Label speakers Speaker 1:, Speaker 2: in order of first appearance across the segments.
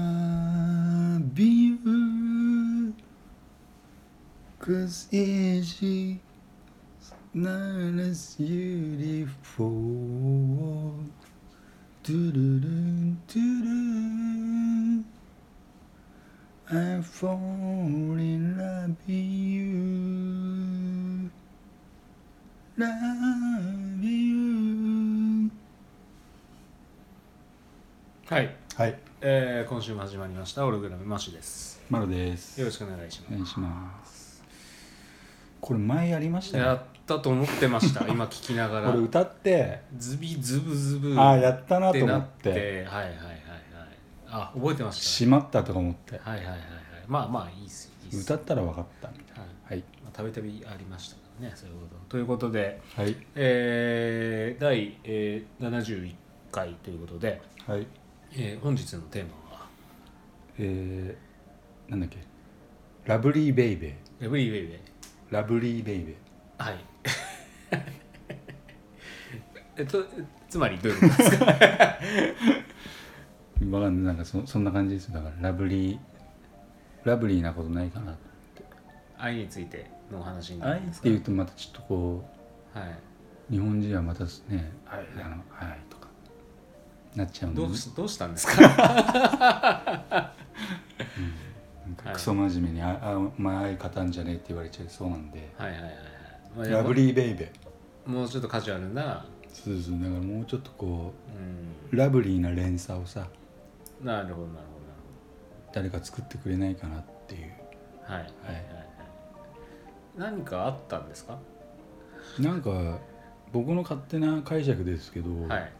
Speaker 1: Love you Cause it's not as beautiful Doo-doo-doo, doo-doo. I fall in love you Love you
Speaker 2: はい、
Speaker 1: はい、
Speaker 2: えー、今週も始まりましたオルグラムマシです
Speaker 1: マロです
Speaker 2: よろしくお願いし
Speaker 1: お
Speaker 2: ま
Speaker 1: 願いしますこれ前やりまし
Speaker 2: す
Speaker 1: た
Speaker 2: や
Speaker 1: よ
Speaker 2: ったと思ってまし た今聞きなが
Speaker 1: こ
Speaker 2: ら
Speaker 1: れ歌って、
Speaker 2: ズビズブズブ
Speaker 1: ああ
Speaker 2: っ
Speaker 1: やったなと
Speaker 2: て
Speaker 1: 思
Speaker 2: な
Speaker 1: っ
Speaker 2: っててはいはいはいはいあ覚えてまし
Speaker 1: しまったとか思って
Speaker 2: たはいはいはいはいまあまあいいっすいいっす
Speaker 1: 歌ったら分かったみたい
Speaker 2: はい
Speaker 1: なはい
Speaker 2: まあたびたびありましたからねそういうことということで、
Speaker 1: はい
Speaker 2: えー、第、えー、71回ということで、
Speaker 1: はい
Speaker 2: えー、本日のテーマは
Speaker 1: えー、なんだっけラブリーベイベー
Speaker 2: 「エブリウェイウェイ」
Speaker 1: ラブリーベイベー
Speaker 2: はい えっとつまりどういうことですか
Speaker 1: 分かんないなんかそそんな感じですよだからラブリーラブリーなことないかな
Speaker 2: 愛についてのお話にな
Speaker 1: 愛
Speaker 2: るん
Speaker 1: っ
Speaker 2: です
Speaker 1: て
Speaker 2: か
Speaker 1: いうとまたちょっとこ
Speaker 2: は
Speaker 1: う日本人はまたね
Speaker 2: はい
Speaker 1: あのはいとかなっちゃう
Speaker 2: い、
Speaker 1: んで
Speaker 2: どうしどうしたんですか
Speaker 1: なんか
Speaker 2: はい
Speaker 1: クソ真面目に「ああお前愛勝たんじゃねえ」って言われちゃいそうなんで
Speaker 2: はいはいはいはい、ま
Speaker 1: ラ
Speaker 2: あ
Speaker 1: ブリーベイベー
Speaker 2: もうちょっとカジュアルな、
Speaker 1: そうですだからもうちょっとこ
Speaker 2: う
Speaker 1: うラブリーな連鎖をさ
Speaker 2: ん、なるほどなる
Speaker 1: 誰か作ってくれないかなっていう
Speaker 2: ほどなるほどはいはいはいはい何かあったんですか
Speaker 1: なんか僕の勝手な解釈ですけど、
Speaker 2: はい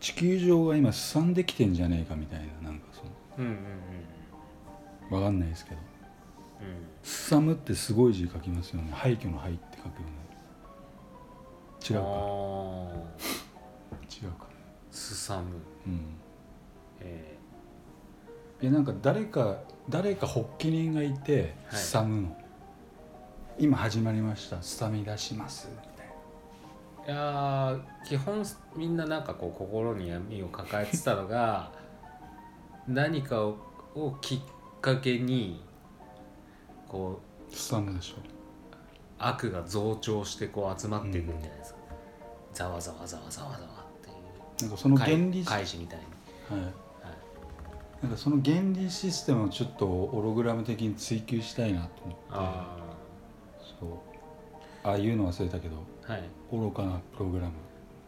Speaker 1: 地球上が今すさんできてんじゃねえかみたいななんかそ
Speaker 2: うんうんうん
Speaker 1: のわかんないですけど
Speaker 2: うん
Speaker 1: すさむってすごい字書きますよね廃墟の廃って書くよね違うか
Speaker 2: あー
Speaker 1: 違うか
Speaker 2: すさむ
Speaker 1: うん
Speaker 2: え
Speaker 1: いやなんか誰か誰か発起人がいて
Speaker 2: はい
Speaker 1: すさむの、今始まりましたすさみ出しますみたい
Speaker 2: ーいやー基本みんななんかこう心に闇を抱えてたのが 何かををきっかけにこう
Speaker 1: なすさむでしょ
Speaker 2: 悪が増長してこう集まっていくんじゃないですか、ざわざわざわざわざわって
Speaker 1: な
Speaker 2: いう
Speaker 1: んかその原理
Speaker 2: 怪怪事みたいに
Speaker 1: はい、なんかその原理システムをちょっとオログラム的に追求したいなと思って
Speaker 2: あ
Speaker 1: そうああいうの忘れたけど
Speaker 2: あはい
Speaker 1: 愚かなプログラ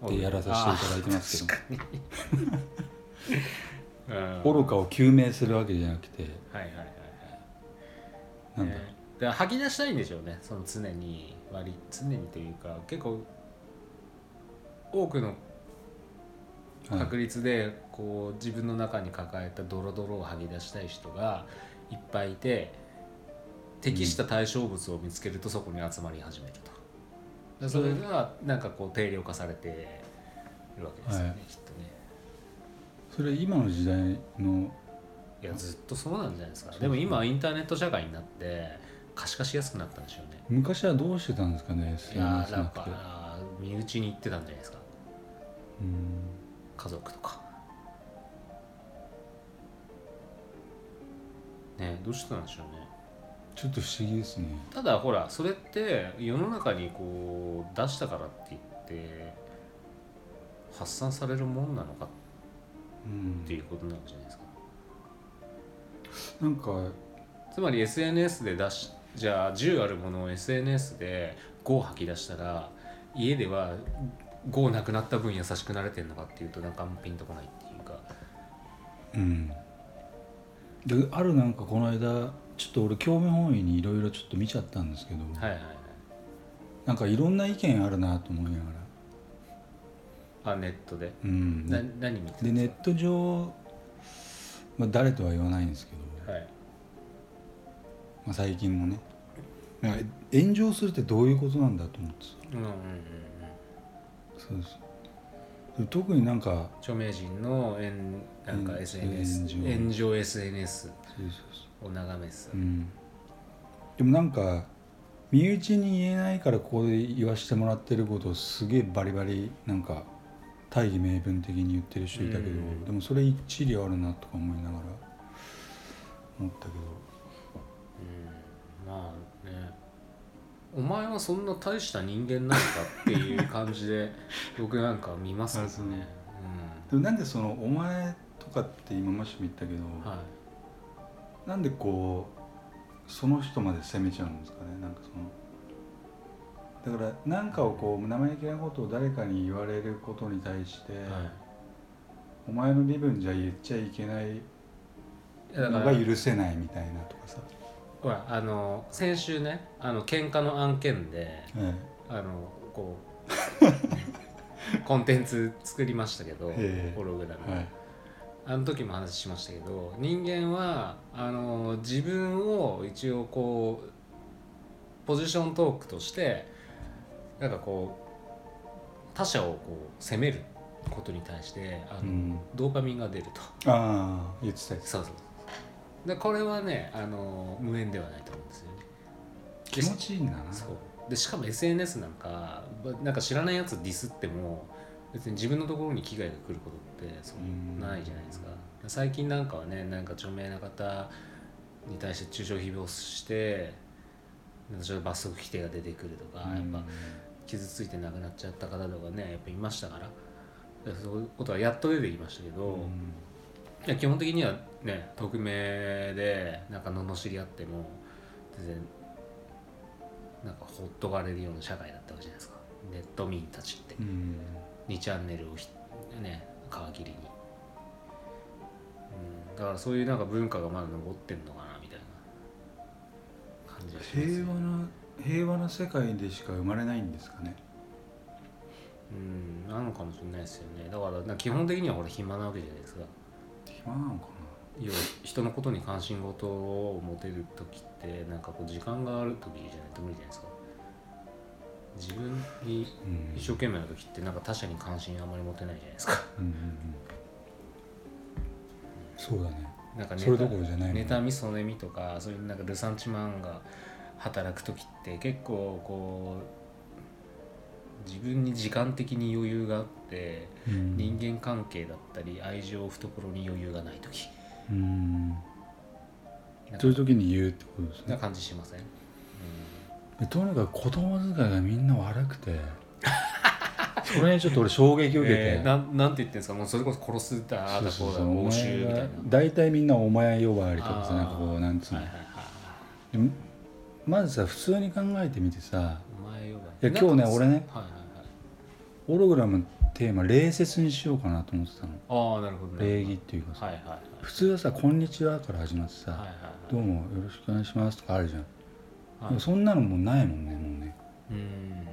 Speaker 1: ムでやらさせていただいてますけど
Speaker 2: あー
Speaker 1: も愚かを究明するわけじゃなくて
Speaker 2: はいはいはいはい
Speaker 1: なんだろう、
Speaker 2: ねだから吐き出したいんでしょうねその常に割り常にというか結構多くの
Speaker 1: はい
Speaker 2: 確率でこう自分の中に抱えたドロドロを吐き出したい人がいっぱいいて適した対象物を見つけるとそこに集まり始めると、だからそれがなんかこう定量化されてるわけですよね、
Speaker 1: はい
Speaker 2: きっとね
Speaker 1: それ今の時代の
Speaker 2: いやずっとそうなんじゃないですかでも今はインターネット社会になって可視化しやすくなったんでしょうね
Speaker 1: 昔はどうしてたんですかね
Speaker 2: いや
Speaker 1: SNS
Speaker 2: ーな
Speaker 1: なんくて
Speaker 2: か身内に行ってたんじゃないですか
Speaker 1: うん
Speaker 2: 家族とかねどうしてたんでしょうね
Speaker 1: ちょっと不思議ですね
Speaker 2: ただほらそれって世の中にこう出したからって言って発散されるもんなのか
Speaker 1: うん
Speaker 2: っていうことなんじゃないですか
Speaker 1: なんか
Speaker 2: つまり SNS で出しじゃあ10あるものを SNS で5吐き出したら家では5なくなった分優しくなれてんのかっていうとなんかあんまピンとこないっていうか
Speaker 1: うんであるなんかこの間ちょっと俺興味本位にいろいろちょっと見ちゃったんですけど、
Speaker 2: はいはいはい
Speaker 1: なんかいろんな意見あるなと思いながら、
Speaker 2: あネットで
Speaker 1: うん、
Speaker 2: な
Speaker 1: で
Speaker 2: 何見て
Speaker 1: ネット上、まあ、誰とは言わないんですけど、
Speaker 2: はい
Speaker 1: まあ、最近もねなんか炎上するってどういうことなんだと思って
Speaker 2: うんうんうんうん
Speaker 1: たそうそう特になんか
Speaker 2: 著名人のえんな
Speaker 1: う
Speaker 2: んか
Speaker 1: ん炎
Speaker 2: SNS
Speaker 1: 上
Speaker 2: 炎上 SNS
Speaker 1: そうそうそ
Speaker 2: を眺めす
Speaker 1: う、うん、でもなんか身内に言えないからここで言わしてもらってることをすげえバリバリなんか大義名分的に言ってる人いたけど、
Speaker 2: うん
Speaker 1: でもそれ一理あるなとか思いながら思ったけど
Speaker 2: うんまあねお前はそんな大した人間なんかっていう感 じで僕なんか見ますけ
Speaker 1: あそ
Speaker 2: ど
Speaker 1: う
Speaker 2: ね
Speaker 1: でもなんでその「お前」とかって今ましも言ったけど、
Speaker 2: うんはい
Speaker 1: なんでこうその人まで責めちゃうんですかねなんかそのだから何かをこう生意気なことを誰かに言われることに対して、
Speaker 2: は
Speaker 1: お前の身分じゃ言っちゃいけない
Speaker 2: いいやだか
Speaker 1: の
Speaker 2: ら
Speaker 1: が許せないみたいなとかさ、
Speaker 2: ほらあの先週ねあの喧嘩の案件で
Speaker 1: え
Speaker 2: あのこ うコンテンツ作りましたけど、
Speaker 1: ええ
Speaker 2: ホログラム、
Speaker 1: えはい
Speaker 2: あの時も話しましたけど人間はあの自分を一応こうポジショントークとしてなんかこう他者をこう責めることに対してあの、
Speaker 1: うん
Speaker 2: ドーパミンが出ると
Speaker 1: ああ言ってたやつ
Speaker 2: そうそうでこれはねあの無縁ではないと思うんですよね
Speaker 1: 気持ちいいんだな
Speaker 2: そうでしかも SNS なんかばなんか知らないやつディスっても別に自分のところに危害が来ることってそ
Speaker 1: うん
Speaker 2: うないじゃないですか最近なんかはねなんか著名な方に対して中傷誹謗してなんかちょっと罰則規定が出てくるとか、
Speaker 1: うん
Speaker 2: やっぱ傷ついて亡くなっちゃった方とかねやっぱいましたからでそういうことはやっと出てきましたけど、
Speaker 1: うん
Speaker 2: いや基本的にはね匿名でなんか罵り合っても全然なんかほっとかれるような社会だったわけじゃないですかネット民たちって
Speaker 1: うん
Speaker 2: 2チャンネルをひね皮切りに、うん、だからそういうなんか文化がまだ残ってんのかなみたいな感じがし
Speaker 1: 平
Speaker 2: ます
Speaker 1: 和な平和な世界でしか生まれないんですかね
Speaker 2: うんなのかもしれないですよねだからなんか基本的にはほら暇なわけじゃないですか
Speaker 1: 暇なのか
Speaker 2: 要は人のことに関心事を持てる時ってなんかこう時間がある時じゃないと無理じゃないですか自分に
Speaker 1: な、うん
Speaker 2: 一生懸命な時ってなんか他者に関心あまり持てないじゃないですか
Speaker 1: うんうんうんそうだね
Speaker 2: なんかネ
Speaker 1: それ
Speaker 2: タ
Speaker 1: どころじゃないもん
Speaker 2: 妬みそねみとかそういうなんかルサンチマンが働く時って結構こう自分に時間的に余裕があって
Speaker 1: うん
Speaker 2: 人間関係だったり愛情懐に余裕がない時
Speaker 1: うん
Speaker 2: なん
Speaker 1: そ
Speaker 2: か
Speaker 1: ういう時に言うってことです
Speaker 2: な
Speaker 1: ね
Speaker 2: 感じしません、うん
Speaker 1: でとにかく子供遣いがみんな悪くて それにちょっと俺衝撃を受けて、
Speaker 2: えーなんなんて言ってんですかもうそれこそ殺すだああだこうだ
Speaker 1: お
Speaker 2: 応
Speaker 1: 前
Speaker 2: 酬みたいな
Speaker 1: が大体みんなお前呼ばわりとか
Speaker 2: あ
Speaker 1: さ
Speaker 2: ー
Speaker 1: なんかこうなんつうの、
Speaker 2: はいはいはいはい
Speaker 1: でもまずさ普通に考えてみてさ
Speaker 2: お前呼
Speaker 1: い
Speaker 2: ば
Speaker 1: や今日ね俺ね
Speaker 2: はいはいはい
Speaker 1: ホログラムのテーマ礼節にしようかなと思ってたの
Speaker 2: ああなるほどね
Speaker 1: 礼儀っていうかさ
Speaker 2: はいはいはい
Speaker 1: 普通はさ「こんにちは」から始まってさ、
Speaker 2: はいはい
Speaker 1: どうもよろしくお願いします」とかあるじゃん、
Speaker 2: はい
Speaker 1: でもそんなのもうないもんねもうね、
Speaker 2: うーん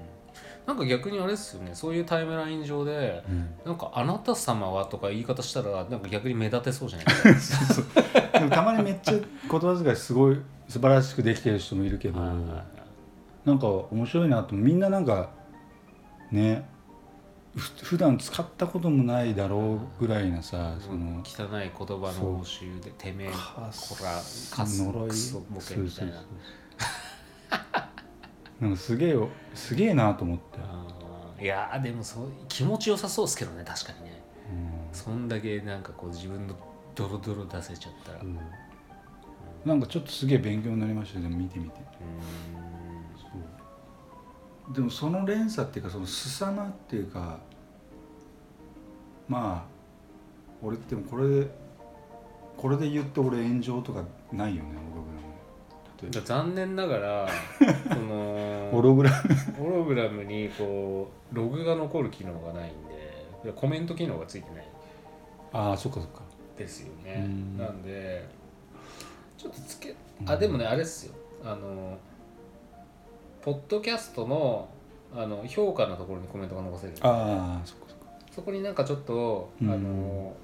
Speaker 2: なんか逆にあれですよねそういうタイムライン上で
Speaker 1: うん、
Speaker 2: なんか「あなた様は」とか言い方したらなんか逆に目立てそうじゃないですか
Speaker 1: でもたまにめっちゃ言葉遣いすごい素晴らしくできてる人もいるけど、
Speaker 2: はいはいはい
Speaker 1: なんか面白いなとみんななんかねふ普段使ったこともないだろうぐらいなさその
Speaker 2: 汚い言葉の応酬で「てめえこ
Speaker 1: カス
Speaker 2: らカス
Speaker 1: 呪い
Speaker 2: クソボケ」み
Speaker 1: そ
Speaker 2: たいな
Speaker 1: うそうそうなんかすげえよすげえなと思って、
Speaker 2: あーいやーでもそう気持ちよさそうですけどね確かにね
Speaker 1: う
Speaker 2: そんだけなんかこう自分のドロドロ出せちゃったらうん
Speaker 1: なんかちょっとすげえ勉強になりましたよでも見てみて
Speaker 2: ー
Speaker 1: でもその連鎖っていうかそのすさなっていうかまあ俺ってもこれでこれで言って俺炎上とかないよねホロ
Speaker 2: ん
Speaker 1: グラム例え
Speaker 2: 残念なが らそ
Speaker 1: ば
Speaker 2: の
Speaker 1: ホログラム
Speaker 2: ホログラムにこうログが残る機能がないんでいやコメント機能がついてない
Speaker 1: ああそっかそっか
Speaker 2: ですよ
Speaker 1: う
Speaker 2: ね
Speaker 1: ん
Speaker 2: なんでちょっとつけ
Speaker 1: う
Speaker 2: あ
Speaker 1: ん
Speaker 2: でもねあれっすよあのポッドキャストのあの評価のところにコメントが残せるんで
Speaker 1: ああそっかそっか
Speaker 2: そこになんかちょっと、
Speaker 1: うん
Speaker 2: あの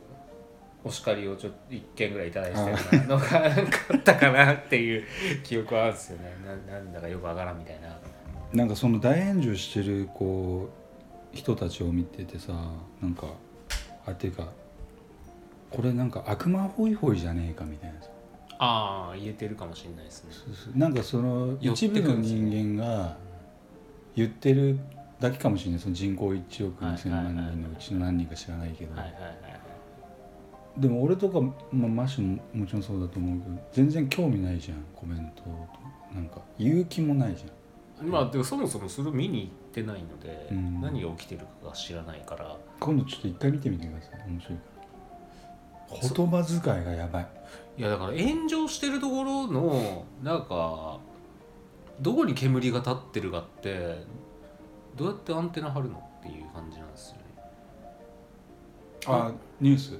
Speaker 2: お叱りをちょっと1件ぐらいいただいてたの がなんかあったかなっていう 記憶はあるんですよねななんだかよくわからんみたいな
Speaker 1: なんかその大炎上してるこう人たちを見ててさなんかあっていうかこれなんか悪魔ホイホイじゃねえかみたいなさ
Speaker 2: ああ言えてるかもしれないですね
Speaker 1: そうそうなんかその
Speaker 2: 寄って
Speaker 1: 一
Speaker 2: くる
Speaker 1: 部の
Speaker 2: んですよ
Speaker 1: 人間が言ってるだけかもしれないその人口1億
Speaker 2: はい
Speaker 1: 2,000万人のうちの何人か知らないけど、
Speaker 2: はいはいはいはい
Speaker 1: でも俺とか、まあ、マッシュももちろんそうだと思うけど全然興味ないじゃんコメントとなんか勇気もないじゃん
Speaker 2: まあでもそもそもそれを見に行ってないので、
Speaker 1: うん
Speaker 2: 何が起きてるかが知らないから
Speaker 1: 今度ちょっと一回見てみてください面白いから言葉遣いがやばい
Speaker 2: いやだから炎上してるところのなんかどこに煙が立ってるかってどうやってアンテナ張るのっていう感じなんですよね
Speaker 1: あニュース、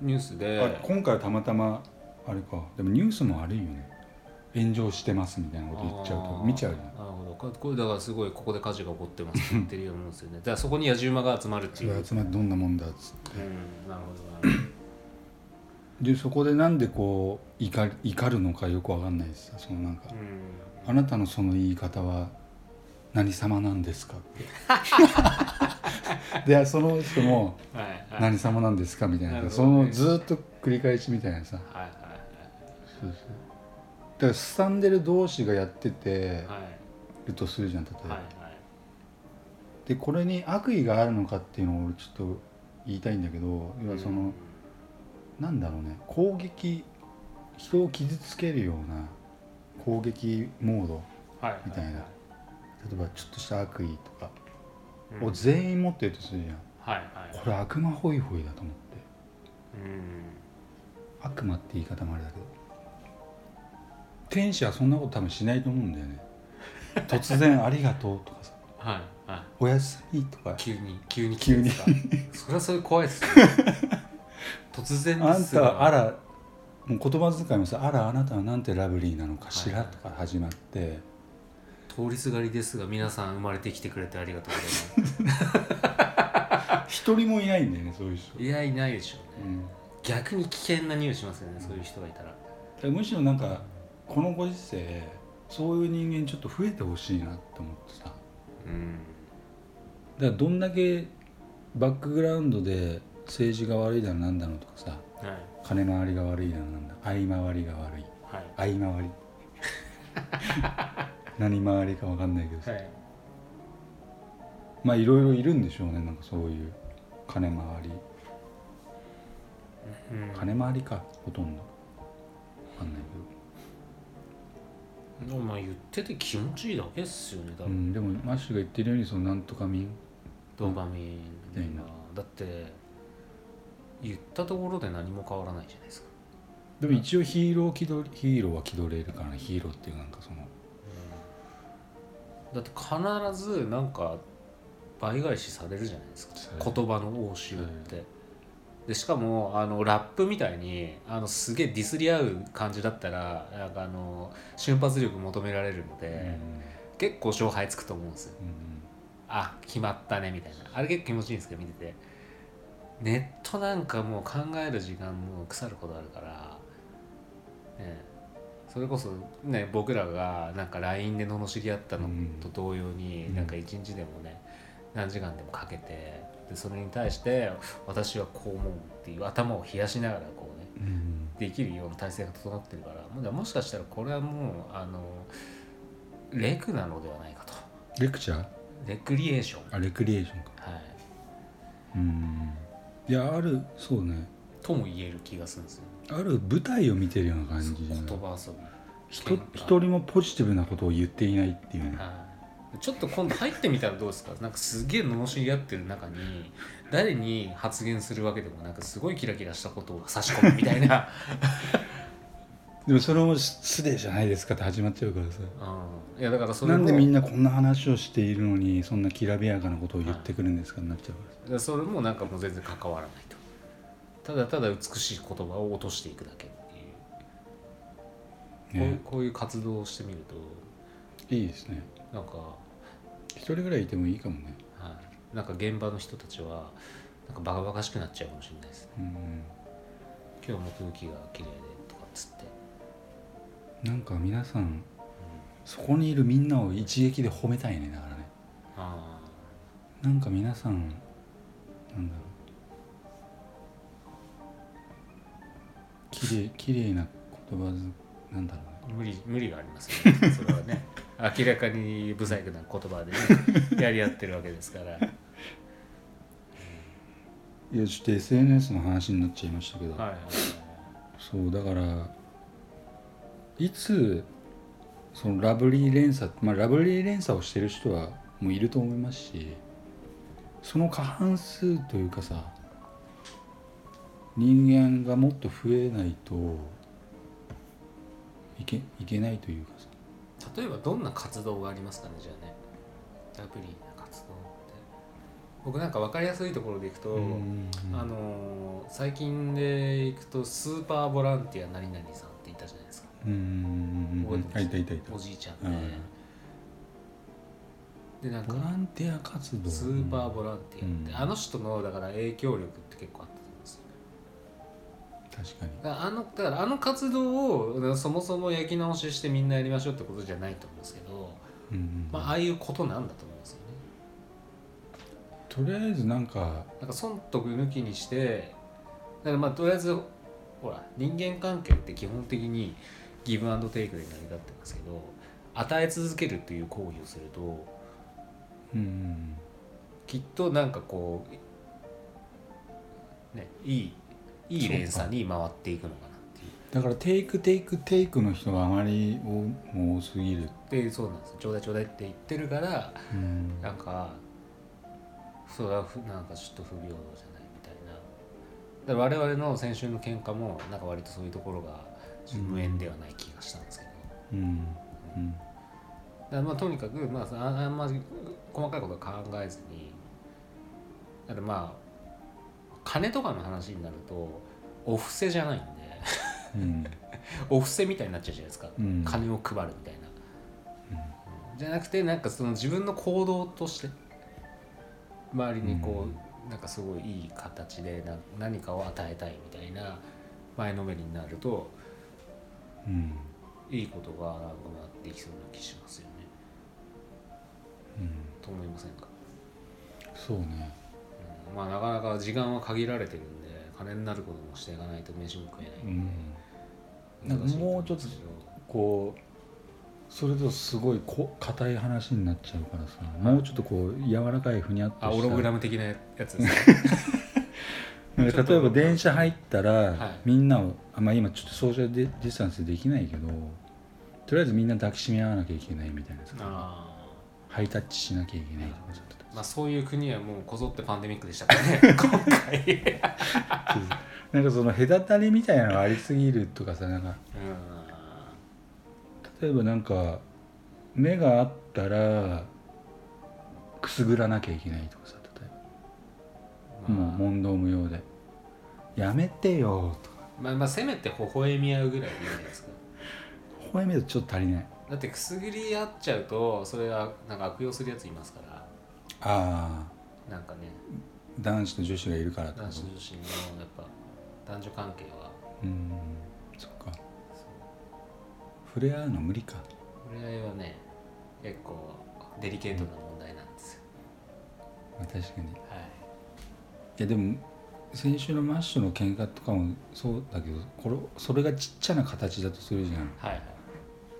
Speaker 2: ニュースで
Speaker 1: あ今回はたまたまあれかでもニュースも悪いよね炎上してますみたいなこと言っちゃうと見ちゃうじゃん
Speaker 2: なるほどこれこれだからすごいここで火事が起こってますって言ってるようなもんですよね だからそこに野次馬が集まるって
Speaker 1: そ
Speaker 2: いう、
Speaker 1: れ集まってどんなもんだっつっ
Speaker 2: うんなるほどなる
Speaker 1: てでそこでなんでこう怒り怒るのかよくわかんないですそのなんか
Speaker 2: ほど、う
Speaker 1: 「
Speaker 2: ん
Speaker 1: あなたのその言い方は何様なんですか?」って でその人も
Speaker 2: はい
Speaker 1: 「
Speaker 2: はいはい
Speaker 1: 何様なんですか?」みたいな
Speaker 2: なるほ
Speaker 1: そ
Speaker 2: どね
Speaker 1: のずっと繰り返しみたいなさ
Speaker 2: はい
Speaker 1: そうそうだからスタンデル同士がやってて
Speaker 2: はい
Speaker 1: るとするじゃん例えば、
Speaker 2: はいはい
Speaker 1: でこれに悪意があるのかっていうのを俺ちょっと言いたいんだけど要はその、
Speaker 2: うん
Speaker 1: なんだろうね攻撃人を傷つけるような攻撃モード
Speaker 2: はいは
Speaker 1: みたいな例えばちょっとした悪意とか
Speaker 2: うん
Speaker 1: を全員持ってるとするじゃん、
Speaker 2: はいはい
Speaker 1: これ悪魔ホイホイだと思って
Speaker 2: うん
Speaker 1: 悪魔って言い方もあれだけど天使はそんなこと多分しないと思うんだよ ね突然「ありがとう」とかさ
Speaker 2: はいはい
Speaker 1: 「おやすみ」とか
Speaker 2: 急に急に
Speaker 1: 急に
Speaker 2: 来てですかそれはそれ怖いっすね突
Speaker 1: 「
Speaker 2: 然
Speaker 1: あ
Speaker 2: で
Speaker 1: ん
Speaker 2: す
Speaker 1: た
Speaker 2: が
Speaker 1: はあら」もう言葉遣いもさ「あらあなたはなんてラブリーなのかしら」
Speaker 2: はい
Speaker 1: とか始ま って
Speaker 2: 通りすがりですが皆さん生まれてきてくれてありがとうござい ま
Speaker 1: 一人もいないんだよねそういう人
Speaker 2: すいやいないでしょう
Speaker 1: う
Speaker 2: ね
Speaker 1: ん
Speaker 2: 逆に危険な匂いしますよねそういう人がいたら
Speaker 1: だからむしろなんかこのご時世そういう人間ちょっと増えてほしいなって思ってさだか
Speaker 2: うん
Speaker 1: らどんだけバックグラウンドで政治が悪いだのなんだのとかさ
Speaker 2: はいはい
Speaker 1: 金回りが悪いだのなんだ相回りが悪い相 回り何回りか分かんないけどさ、
Speaker 2: はい
Speaker 1: まあいろいろいるんでしょうねなんかそういう金回り
Speaker 2: うん
Speaker 1: 金回りかほとんど分かんない
Speaker 2: でもまあ言ってて気持ちいいだけっすよね
Speaker 1: けど、
Speaker 2: 多
Speaker 1: う
Speaker 2: 分、
Speaker 1: ん、でもマッシュが言ってるようにそのなんとか民
Speaker 2: ドーパミ
Speaker 1: う
Speaker 2: ン
Speaker 1: ん
Speaker 2: が、だって言ったところで何も変わらないじゃないですか
Speaker 1: でも一応ヒーロー気取りヒーローは気取れるからねヒーローっていうなんかその
Speaker 2: だって必ずなんか倍返しされるじゃないですか
Speaker 1: される
Speaker 2: 言葉の応酬って、でしかもあのラップみたいにあのすげえディスり合う感じだったらなんかあの瞬発力求められるので、結構勝敗つくと思うんですよ
Speaker 1: うん
Speaker 2: あ決まったねみたいなあれ結構気持ちいいんですけど見ててネットなんかもう考える時間もう腐るほどあるから、ねえ、それこそね僕らがなんか LINE で罵り合ったのと同様に、
Speaker 1: うん
Speaker 2: なんか一日でもね何時間でもかけてでそれに対して私はこう思うっていう頭を冷やしながらこうね
Speaker 1: うんうん
Speaker 2: できるような体制が整ってるからもうだからもしかしたらこれはもうあのレクなのではないかと
Speaker 1: レクチャー
Speaker 2: レクリエーション
Speaker 1: あレクリエーションか
Speaker 2: はい
Speaker 1: うんいやあるそうね
Speaker 2: とも言える気がするんですよ、
Speaker 1: ある舞台を見てるような感じじゃ
Speaker 2: 言
Speaker 1: ない
Speaker 2: 葉遊び
Speaker 1: ひと一人もポジティブなことを言っていないっていうね
Speaker 2: はいちょっと今度入ってみたらどうですか なんかすげえ罵り合ってる中に誰に発言するわけでもなんかすごいキラキラしたことを差し込むみた いな、
Speaker 1: でもそれも失礼じゃないですかって始まっちゃうからさ
Speaker 2: うん、いやだからそれ
Speaker 1: な
Speaker 2: も
Speaker 1: んでみんなこんな話をしているのにそんなきらびやかなことを言ってくるんですかになっちゃうからさ
Speaker 2: それもなんかもう全然関わらないとただただ美しい言葉を落としていくだけって
Speaker 1: ね
Speaker 2: いう、こういうこういう活動をしてみる
Speaker 1: いいですね
Speaker 2: となんか
Speaker 1: 一人ぐらいいてもいいかもね
Speaker 2: はい、なんか現場の人たちはなんかバカバカしくなっちゃうかもしれないですね
Speaker 1: うん
Speaker 2: 今日も空気が綺麗でとかっつって
Speaker 1: なんか皆さんそこにいるみんなを一撃で褒めたいねだからね
Speaker 2: あ
Speaker 1: なんか皆さんなんだろう綺麗綺麗な言葉ずなんだろうね
Speaker 2: あ無理無理がありますよねそれはね明らかに不細工な言葉 でね、やり合ってるわけですから
Speaker 1: いやちょっと SNS の話になっちゃいましたけど、
Speaker 2: はいはい
Speaker 1: そうだからいつそのラブリー連鎖まあラブリー連鎖をしてる人はもういると思いますしその過半数というかさ人間がもっと増えないといけいけないというかさ
Speaker 2: 例えばどんな活動がありますかねじゃあねラブリーな活動って僕なんか分かりやすいところでいくと、
Speaker 1: うん
Speaker 2: あのー最近でいくとスーパーボランティア何々さんっていたじゃないですか、
Speaker 1: うん
Speaker 2: 覚えてます
Speaker 1: あいたいたい
Speaker 2: お
Speaker 1: た
Speaker 2: じいちゃんで、
Speaker 1: うん
Speaker 2: でなん
Speaker 1: ボ
Speaker 2: か
Speaker 1: ランティア活動
Speaker 2: スーパーボランティアって、
Speaker 1: うん
Speaker 2: あの人のだから影響力って結構あったと思うんですよ
Speaker 1: 確かに
Speaker 2: だからあのだからあの活動をだからそもそも焼き直ししてみんなやりましょうってことじゃないと思うんですけど、
Speaker 1: うんうん
Speaker 2: まあ、ああいうことなんだと思うんですよね
Speaker 1: とりあえずなんか
Speaker 2: なんか損得抜きにしてだからまあとりあえずほら人間関係って基本的にギブアンドテイクで成り立ってますけど与え続けるっていう行為をすると
Speaker 1: うんうん
Speaker 2: きっとなんかこうねいいいい連鎖に回っていくのかなっていう
Speaker 1: だからテイクテイクテイクの人があまり多もう多すぎる、
Speaker 2: でそうなんですよちょうだいちょうだいって言ってるからなんかそれはふなんかちょっと不平等じゃないみたいなだから我々の先週の喧嘩もなんか割とそういうところがちょっと無縁ではない気がしたんですけど、
Speaker 1: うんうん
Speaker 2: だからまあとにかく、まあその、ああんまり細かいことは考えずにだからまあ金とかの話になるとお布施じゃないんで
Speaker 1: うん
Speaker 2: お布施みたいになっちゃうじゃないですか、
Speaker 1: うん
Speaker 2: 金を配るみたいな、じゃなくてなんかその自分の行動として周りにこう、なんかすごいいい形でな何かを与えたいみたいな前のめりになると
Speaker 1: うん
Speaker 2: いいことがなくなっていきそうな気しますよね
Speaker 1: うん
Speaker 2: と思いませんか、
Speaker 1: そうね
Speaker 2: うんまあなかなか時間は限られてるんで金になることもしていかないと飯も食え
Speaker 1: う
Speaker 2: ない
Speaker 1: ん
Speaker 2: 難しい思ん
Speaker 1: なんかもうちょっとこうそれとすごいこ硬い話になっちゃうからさもうちょっとこう柔らかいふにゃっと
Speaker 2: あオ
Speaker 1: し
Speaker 2: ログラ
Speaker 1: た
Speaker 2: ム的なやつですね
Speaker 1: なんか例えば電車入ったら、
Speaker 2: はい
Speaker 1: みんなをあまあ今ちょっとソーシャルディスタンスできないけどとりあえずみんな抱きしめ合わなきゃいけないみたいなさ
Speaker 2: ああ
Speaker 1: ハイタッチしなきゃいけないとかさ
Speaker 2: まあ、そういう国はもうこぞってパンデミックでしたからね 今回
Speaker 1: なんかその隔たりみたいなのがありすぎるとかさなんか
Speaker 2: う
Speaker 1: 例えばなんか目があったらくすぐらなきゃいけないとかさ例えば、
Speaker 2: んまあ、
Speaker 1: もう問答無用で「やめてよ」とか
Speaker 2: まあまあせめて微笑み合うぐらいでいいじゃないですか
Speaker 1: 微笑みだとちょっと足りない
Speaker 2: だってくすぐり合っちゃうとそれはなんか悪用するやついますから
Speaker 1: ああ
Speaker 2: なんかね
Speaker 1: 男子と女子がいるからってこと
Speaker 2: 男子女子のやっぱ男女関係は
Speaker 1: うんそっか触れ合うの無理か
Speaker 2: 恋愛はね結構デリケートな問題なんですよ、
Speaker 1: まあ確かにい
Speaker 2: はい
Speaker 1: やでも先週のマッシュの喧嘩とかもそうだけどこれそれがちっちゃな形だとするじゃん
Speaker 2: はいはい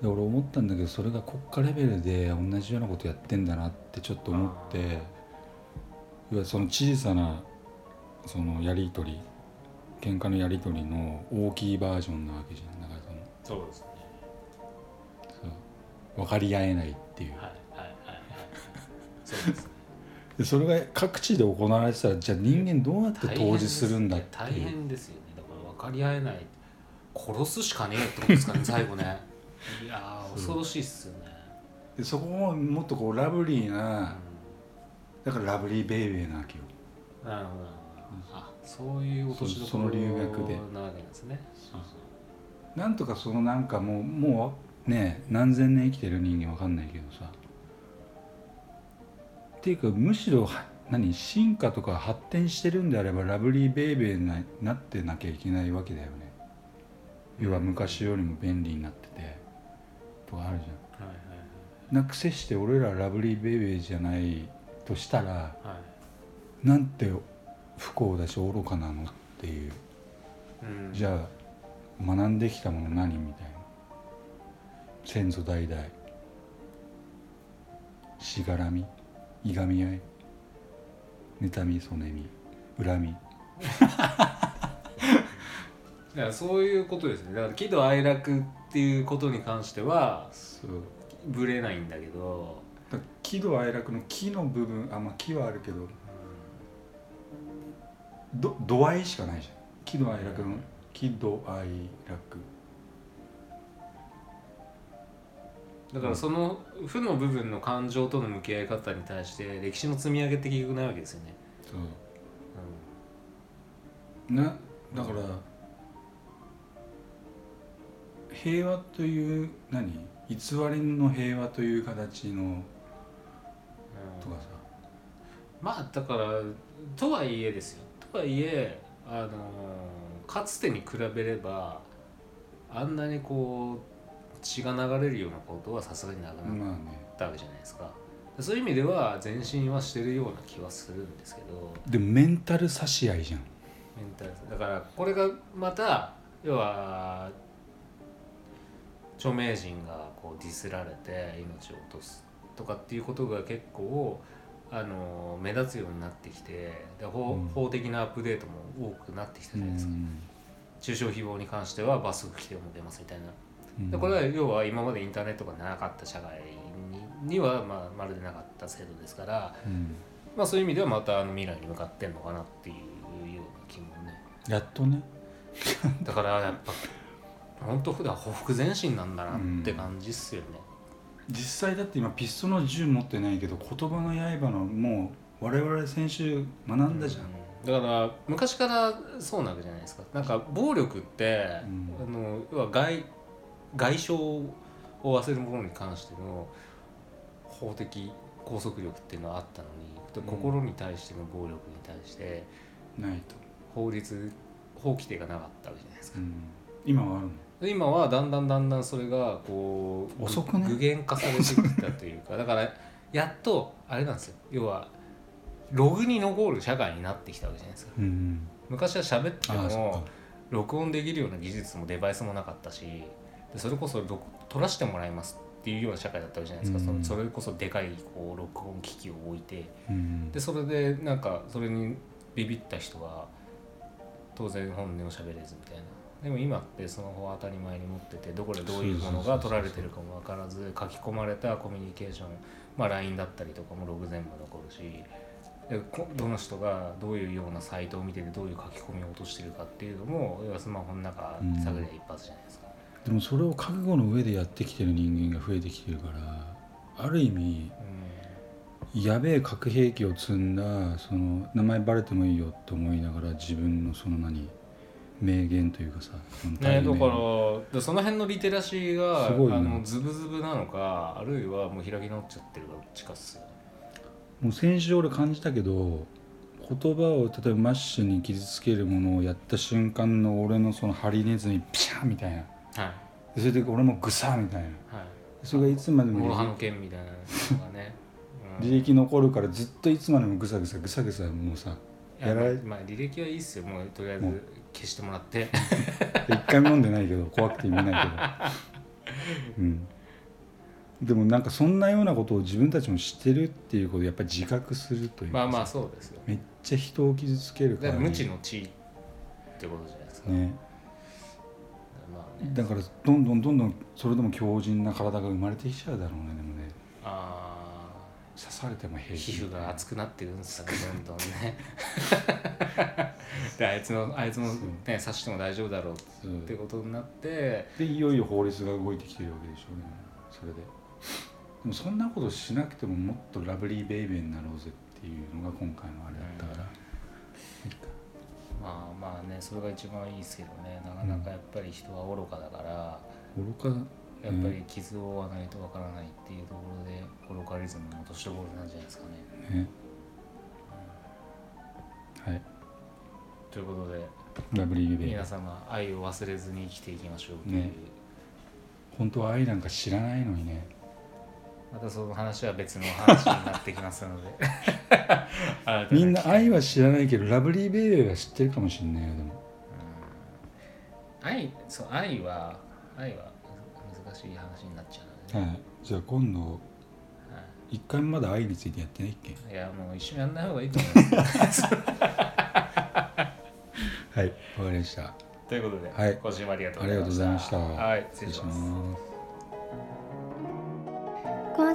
Speaker 1: で俺思ったんだけどそれが国家レベルで同じようなことやってんだなってちょっと思っていやその小さなそのやり取り喧嘩のやり取りの大きいバージョンなわけじゃんだから
Speaker 2: そうですね
Speaker 1: そのそう分かり合えないっていう
Speaker 2: はいはいはいはいそうですね
Speaker 1: でそれが各地で行われてたらじゃあ人間どうやって当時するんだって
Speaker 2: 大
Speaker 1: いう
Speaker 2: 変ですよねだから分かり合えない殺すしかねえってことですかね最 後ねいやー恐ろしいっすよね、
Speaker 1: でそこももっとこうラブリー
Speaker 2: うん
Speaker 1: なだからラブリーベイベーなわけよ
Speaker 2: なるほどなるほどあそういう落としどころ
Speaker 1: そその留学で
Speaker 2: なわけなんですね
Speaker 1: なんとかそのなんかもうもうね何千年生きてる人間わかんないけどさっていうかむしろは何進化とか発展してるんであればラブリーベイベーななってなきゃいけないわけだよね要は昔よりも便利になっててとかあるじゃ
Speaker 2: はいは
Speaker 1: ん
Speaker 2: い
Speaker 1: なくせして俺らラブリーベイベーじゃないとしたら
Speaker 2: はいはい
Speaker 1: なんて不幸だし愚かなのっていう
Speaker 2: うん
Speaker 1: じゃあ学んできたもの何みたいな先祖代々しがらみいがみ合い妬みそねみ恨み
Speaker 2: だからそういうことですねだから喜怒哀楽っていうことに関しては
Speaker 1: そう
Speaker 2: ぶれないんだけど、
Speaker 1: だから喜怒哀楽の喜の部分あまあ喜はあるけどど度合いしかないじゃん喜怒哀楽の喜怒哀楽
Speaker 2: だからその負の部分の感情との向き合い方に対して歴史の積み上げって結局ないわけですよね、
Speaker 1: そうなだから平和という何偽りの平和という形の
Speaker 2: うん
Speaker 1: とかさ
Speaker 2: まあだからとはいえですよとはいえあのーかつてに比べればあんなにこう血が流れるようなことはさすがになくなっ
Speaker 1: まあね
Speaker 2: たわけじゃないですか、そういう意味では前進はしてるような気はするんですけど
Speaker 1: でもメンタル差し合いじゃん
Speaker 2: メンタルだからこれがまた要は著名人がこうディスられて命を落とすとかっていうことが結構あの目立つようになってきてで法,、
Speaker 1: うん
Speaker 2: 法的なアップデートも多くなってきたじゃないですか、中傷誹謗に関しては罰則規定も出ますみたいな
Speaker 1: うん
Speaker 2: でこれは要は今までインターネットがなかった社会にには、まあ、まるでなかった制度ですから、
Speaker 1: うん
Speaker 2: まあ、そういう意味ではまたあの未来に向かってんのかなっていうような気もね
Speaker 1: やっとね
Speaker 2: だからやっぱ本当普段報復前進なんだなって感じっすよね、
Speaker 1: 実際だって今ピストルの銃持ってないけど言葉の刃のもう我々先週学んだじゃん、
Speaker 2: だから昔からそうなわけじゃないですかなんか暴力って、
Speaker 1: うん
Speaker 2: あの要は外外傷を負わせるものに関しての法的拘束力っていうのはあったのに、
Speaker 1: うん
Speaker 2: 心に対しての暴力に対して
Speaker 1: ないと、
Speaker 2: 法律法規定がなかったわけじゃないですか
Speaker 1: うん今はあるの
Speaker 2: で今はだんだんだんだんそれがこうぐ
Speaker 1: 遅くね
Speaker 2: 具現化されてきたという かだからやっとあれなんですよ要はログに残る社会になってきたわけじゃないですか
Speaker 1: うん
Speaker 2: 昔は喋って
Speaker 1: ああそっ
Speaker 2: も
Speaker 1: か
Speaker 2: 録音できるような技術もデバイスもなかったしでそれこそ録取らせてもらいますっていうような社会だったわけじゃないですか、
Speaker 1: うん
Speaker 2: そのそれこそでかいこう録音機器を置いて
Speaker 1: うん
Speaker 2: でそれでなんかそれにビビった人は当然本音を喋れずみたいなでも今ってスマホを当たり前に持っててどこでどういうものが取られてるかも分からず書き込まれたコミュニケーション、まあ、LINE だったりとかもログ全部残るしでこどの人がどういうようなサイトを見ててどういう書き込みを落としてるかっていうのも要はスマホの中
Speaker 1: うん
Speaker 2: 探りゃ一発じゃないですか。
Speaker 1: でもそれを覚悟の上でやってきてる人間が増えてきてるからある意味やべえ核兵器を積んだその名前バレてもいいよって思いながら自分のその何名言というかさその
Speaker 2: ね、だ
Speaker 1: 対面
Speaker 2: からでその辺のリテラシーが、
Speaker 1: すごいね
Speaker 2: あのズブズブなのかあるいはもう開き直っちゃってるかどっちかっすよね
Speaker 1: もう先週俺感じたけど言葉を例えばマッシュに傷つけるものをやった瞬間の俺のそのハリネズミピシャーみたいな
Speaker 2: はい
Speaker 1: それで俺もグサーみたいな
Speaker 2: はい
Speaker 1: それがいつまで
Speaker 2: モロハ
Speaker 1: も
Speaker 2: の剣みたいなのがね、うん
Speaker 1: 履歴残るからずっといつまでもグサグサグサグサもうさ
Speaker 2: いや
Speaker 1: やられ
Speaker 2: まあ履歴はいいっすよもうとりあえず
Speaker 1: もう
Speaker 2: 消してもらって
Speaker 1: 一回も飲んでないけど怖くて見ないけど、うん、でもなんかそんなようなことを自分たちもしてるっていうことをやっぱり自覚するというか
Speaker 2: まあ
Speaker 1: さ
Speaker 2: まあそうですよ
Speaker 1: めっちゃ人を傷つけるか
Speaker 2: だ
Speaker 1: ら
Speaker 2: か
Speaker 1: ね、
Speaker 2: ら無知の知ってことじゃないですか、
Speaker 1: ね
Speaker 2: まあね
Speaker 1: だからどんどんどんどんそれでも強靭な体が生まれてきちゃうだろうねでもね
Speaker 2: あ
Speaker 1: 刺されても
Speaker 2: ー
Speaker 1: 平気
Speaker 2: 皮膚が熱くなってるんですよねどんどん ねであいつのあいつのね刺しても大丈夫だろうっ
Speaker 1: うん
Speaker 2: て
Speaker 1: で
Speaker 2: ことになって
Speaker 1: いよいよ法律が動いてきてるわけでしょうねそれででもそんなことしなくてももっとラブリーベイベーになろうぜっていうのが今回のあれだったから、
Speaker 2: まあまあねそれが一番いいですけどねなかなかやっぱり人は愚かだから、
Speaker 1: 愚か
Speaker 2: やっぱり傷を負わないとわからないっていうところで愚かリズムの落としどころなんじゃないですかね。
Speaker 1: ねはい
Speaker 2: ということで
Speaker 1: ラブリーベイベ
Speaker 2: 皆
Speaker 1: ー
Speaker 2: 様愛を忘れずに生きていきましょうっていう、
Speaker 1: ね本当は愛なんか知らないのにね
Speaker 2: またその話は別の話になってきますので 新た機会
Speaker 1: みんな愛は知らないけどラブリーベイベーは知ってるかもしんないよでも
Speaker 2: 愛そう愛は愛は難しい話になっちゃうのでね、
Speaker 1: はいじゃあ今度
Speaker 2: はい
Speaker 1: 一回もまだ愛についてやってないっけ
Speaker 2: いやもう一緒にやんない方がいいと思 います
Speaker 1: はいわかりました
Speaker 2: ということで、
Speaker 1: はい
Speaker 2: 今週もありがとう
Speaker 1: あ
Speaker 2: ご
Speaker 1: り
Speaker 2: ざい
Speaker 1: がとう
Speaker 2: ま
Speaker 1: ござ
Speaker 2: し
Speaker 1: い
Speaker 2: た
Speaker 1: ました
Speaker 2: はい失礼します
Speaker 1: ます
Speaker 3: 今